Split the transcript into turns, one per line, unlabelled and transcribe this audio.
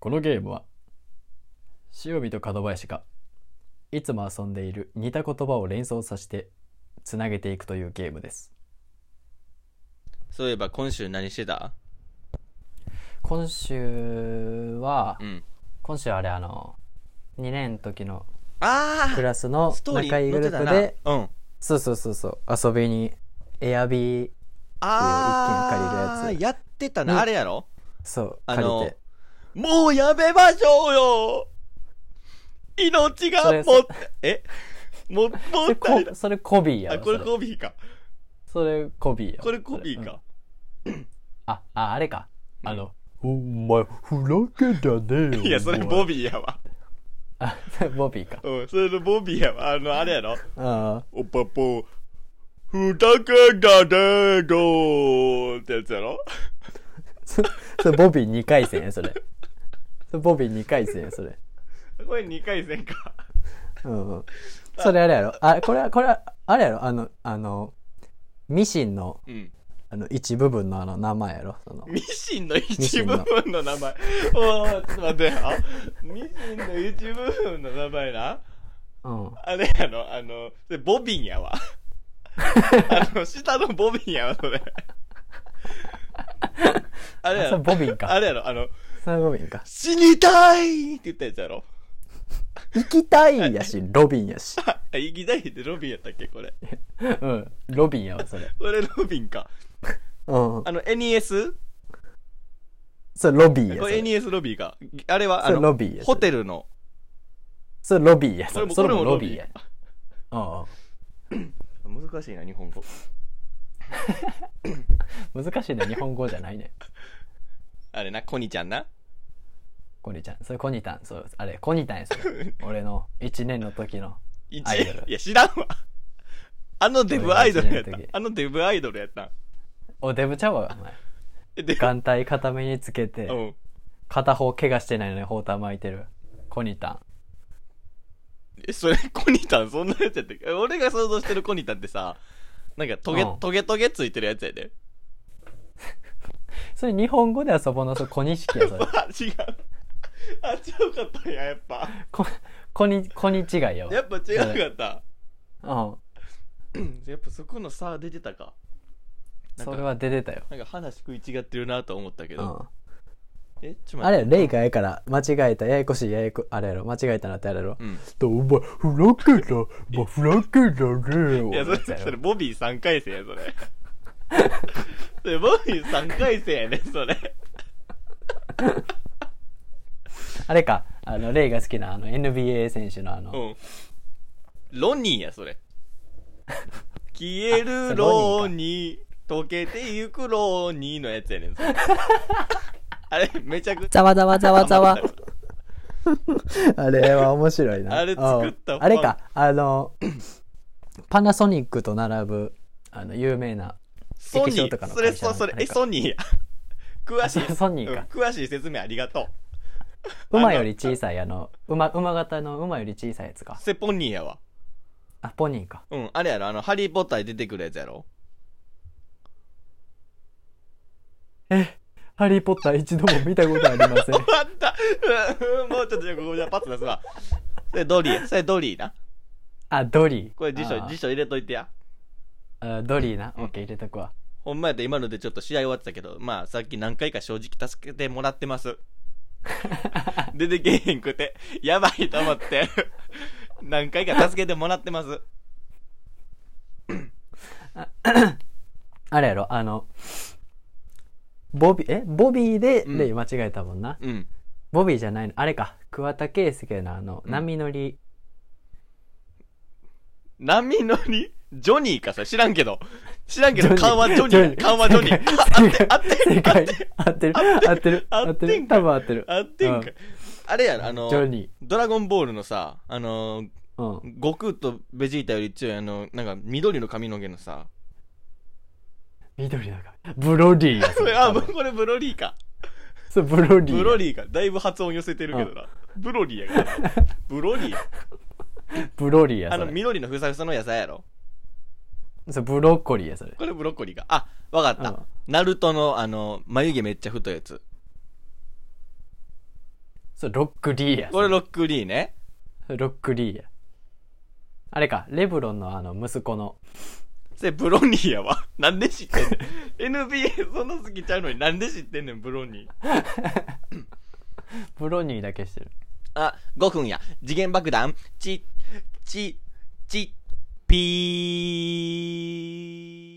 このゲームは塩見と門林がいつも遊んでいる似た言葉を連想させてつなげていくというゲームです
そういえば今週何してた
今週は、
うん。
今週あれあの、2年の時の
あ
クラスの
あストーリー
仲
載
いいグ
っ
ル
てた
ープ
な。
で、
うん。
そうそうそうそう、遊びに、エアビー、
ああ、
一軒借りるやつ
やってた
うん
な。あれやろ
そう、
あ
借り
の
て。、
もうやめましょうよ命
それ
がもっ、え も、も
それ
ったいな
こ。それコビーや
あ、
ろ。
これ
そ
コビーか。
それコビーやろ
これコビー
それうん
か。
あ、あ、あれか。あの、
お前ふらけだね
いや、それボビーやわ。
あ、それボビーか。
うん、それのボビーやわ。あの、あれやろ
あ
おぱぽ、ふたけだでどーってやつやろ
あ。 そそれボビー2回戦や、それ。それボビー2回戦や、それ。
これ2回戦か。
うんうん。それあれやろ。あ、これは、これは、あれやろ。あの、あの、ミシンの、
うん。
あの、一部分のあの、名前やろ。その、
ミシンの一部分の名前。おー、ちょっと待ってよ。ミシンの一部分の名前な。
うん。
あれやろ、あの、それボビン やわ。あの、下のボビンやわ、それ。あれや
それ
ろ、
ボビンか。
あれやろ、あの、
それボビンか。
死にたいって言ったやつやろ。
行きたいやし、ロビンやし。
あ、行きたいってロビンやったっけ、これ。
うん。ロビンやわ、それ。
これロビンか。
うん。
あの、NES?
それロビーや。
こ
そ
れ
れ
NES ロビーか。あれは、あ
それ
の
ロビーや、
ホテルの。
それロビーや。そ
それも
れそれも
これも
ロ
ロビ
ビ
ー
ーや。うん
難しいな、日本語。
うん。難しいね。日本語じゃないね。
あれな、コニちゃんな。
コニちゃん。それコニタン。そう。あれ、コニタンや、それ。俺の1年の時の。
一
アイドル
いや、知らんわ。 あのデブアイドルやった
俺が一年の時。
あのデブアイドルやった。
お、デブちゃうわ、お前。
えで、
眼帯固めにつけて。
うん。
片方怪我してないのに包帯巻いてるコニタン
え、それ、コニタン、そんなやつやったっけ 俺が想像してるコニタンってさ、なんかトゲ、
うん
トゲトゲついてるやつやで。
それ日本語ではそこのそれ小錦やそれ
あ、違う。あ、違うかったんや、やっぱ。
こ小に小に違いやわ
やっぱ違うかっ
うん
た。うんやっぱそこの差出てたか。なんか
それは出てたよ、
なんか話食い違ってるなと思ったけ
う
ど。
ん、
え、ちょっと
あれ
待
や
って。
レイがええから間違えたややこしいややこあれやろ間違えたなってあれやろ、
うん。
お前ふらけ だまふらけだね
いや、それ、それ、ボビー3回生や、それ。それ、ボビー3回生やね、それ。
あれかあのレイが好きなあの NBA 選手のあの、
うん。ロニーや、それ。消え
あそ
る
れ
ロ
ロ
ニー、溶けてゆくロニーのやつやねん、 それ。あれ、めちゃくちゃ。
ざわざわざわざわ あれは面白いな
あれ作った
うんあれかあのパナソニックと並ぶあの有名な
ソニ
液晶とか
ー、
の
それ、
会社
そ
の
それ
あ、
え、
れか
ソニーや。詳
あ
し
そ
い。
ソニーか
うん詳しい説明ありがとう。
馬より小さいあの馬馬型の馬より小さいやつか
セポニーやわ。
あポニーか
うん、あれやろ、あの、ハリーポッターに出てくるやつやろ。
「ハリー・ポッター」一度も見たことあり ません
終わったうんもうちょっとじゃあここじゃあパッと出すわ。それドリーや。それドリーな。
あドリー
これ辞書、
あ
辞書入れといてや。
あドリーな、
うん
オッケー入れとくわ
ほんまやった今のでちょっと試合終わってたけど、まあさっき何回か正直助けてもらっ てます。出てけえへんくて、やばいと思って、何回か助けてもらってます。
あれやろあのボビえボビーで、
うん
レイ間違えたもんな
うん。
ボビーじゃないのあれか桑田佳祐のあの
うん
波乗り、
波乗りジョニーかそれ知らんけど。知らんけ
ジョ
ど、
ニー
顔はジョニ
ジョ
ー
ニー
や。顔はジョニー。あ合ってる、合ってる、
正
合っ
解
て
合って
る。
る合ってる
合
合
っ
ってて
る
る多分合ってる
合ってんかい。あれやろ、あの
ジ、ョニ
ドラゴンボールのさ、あのー、
ーうん
悟空とベジータより強いあのなんか緑の髪の毛のさ
緑の髪ブロディーやそ
そ
れ
れあ
多分
これブロリーか
そうブロディー
ブロリーかだいぶ発音寄せてるけどなブロリーやからなブロ リー
ブロリーや
あ
そ
の
れ
緑のふさふさの野菜やろ
そうブロッコリーやそれ
これブロッコリーかあわかった、
うん
ナルトのあの眉毛めっちゃ太いやつ
それロックリーや
これロックリーね。
それロックリーやあれかレブロンのあの息子の
それブロニーやわ。なんで知って んねん。NBA そんな好きちゃうのになんで知ってんねん、ブロニー。
ブロニーだけしてる
あ、5分や。次元爆弾。ち、ち、ち、ピー。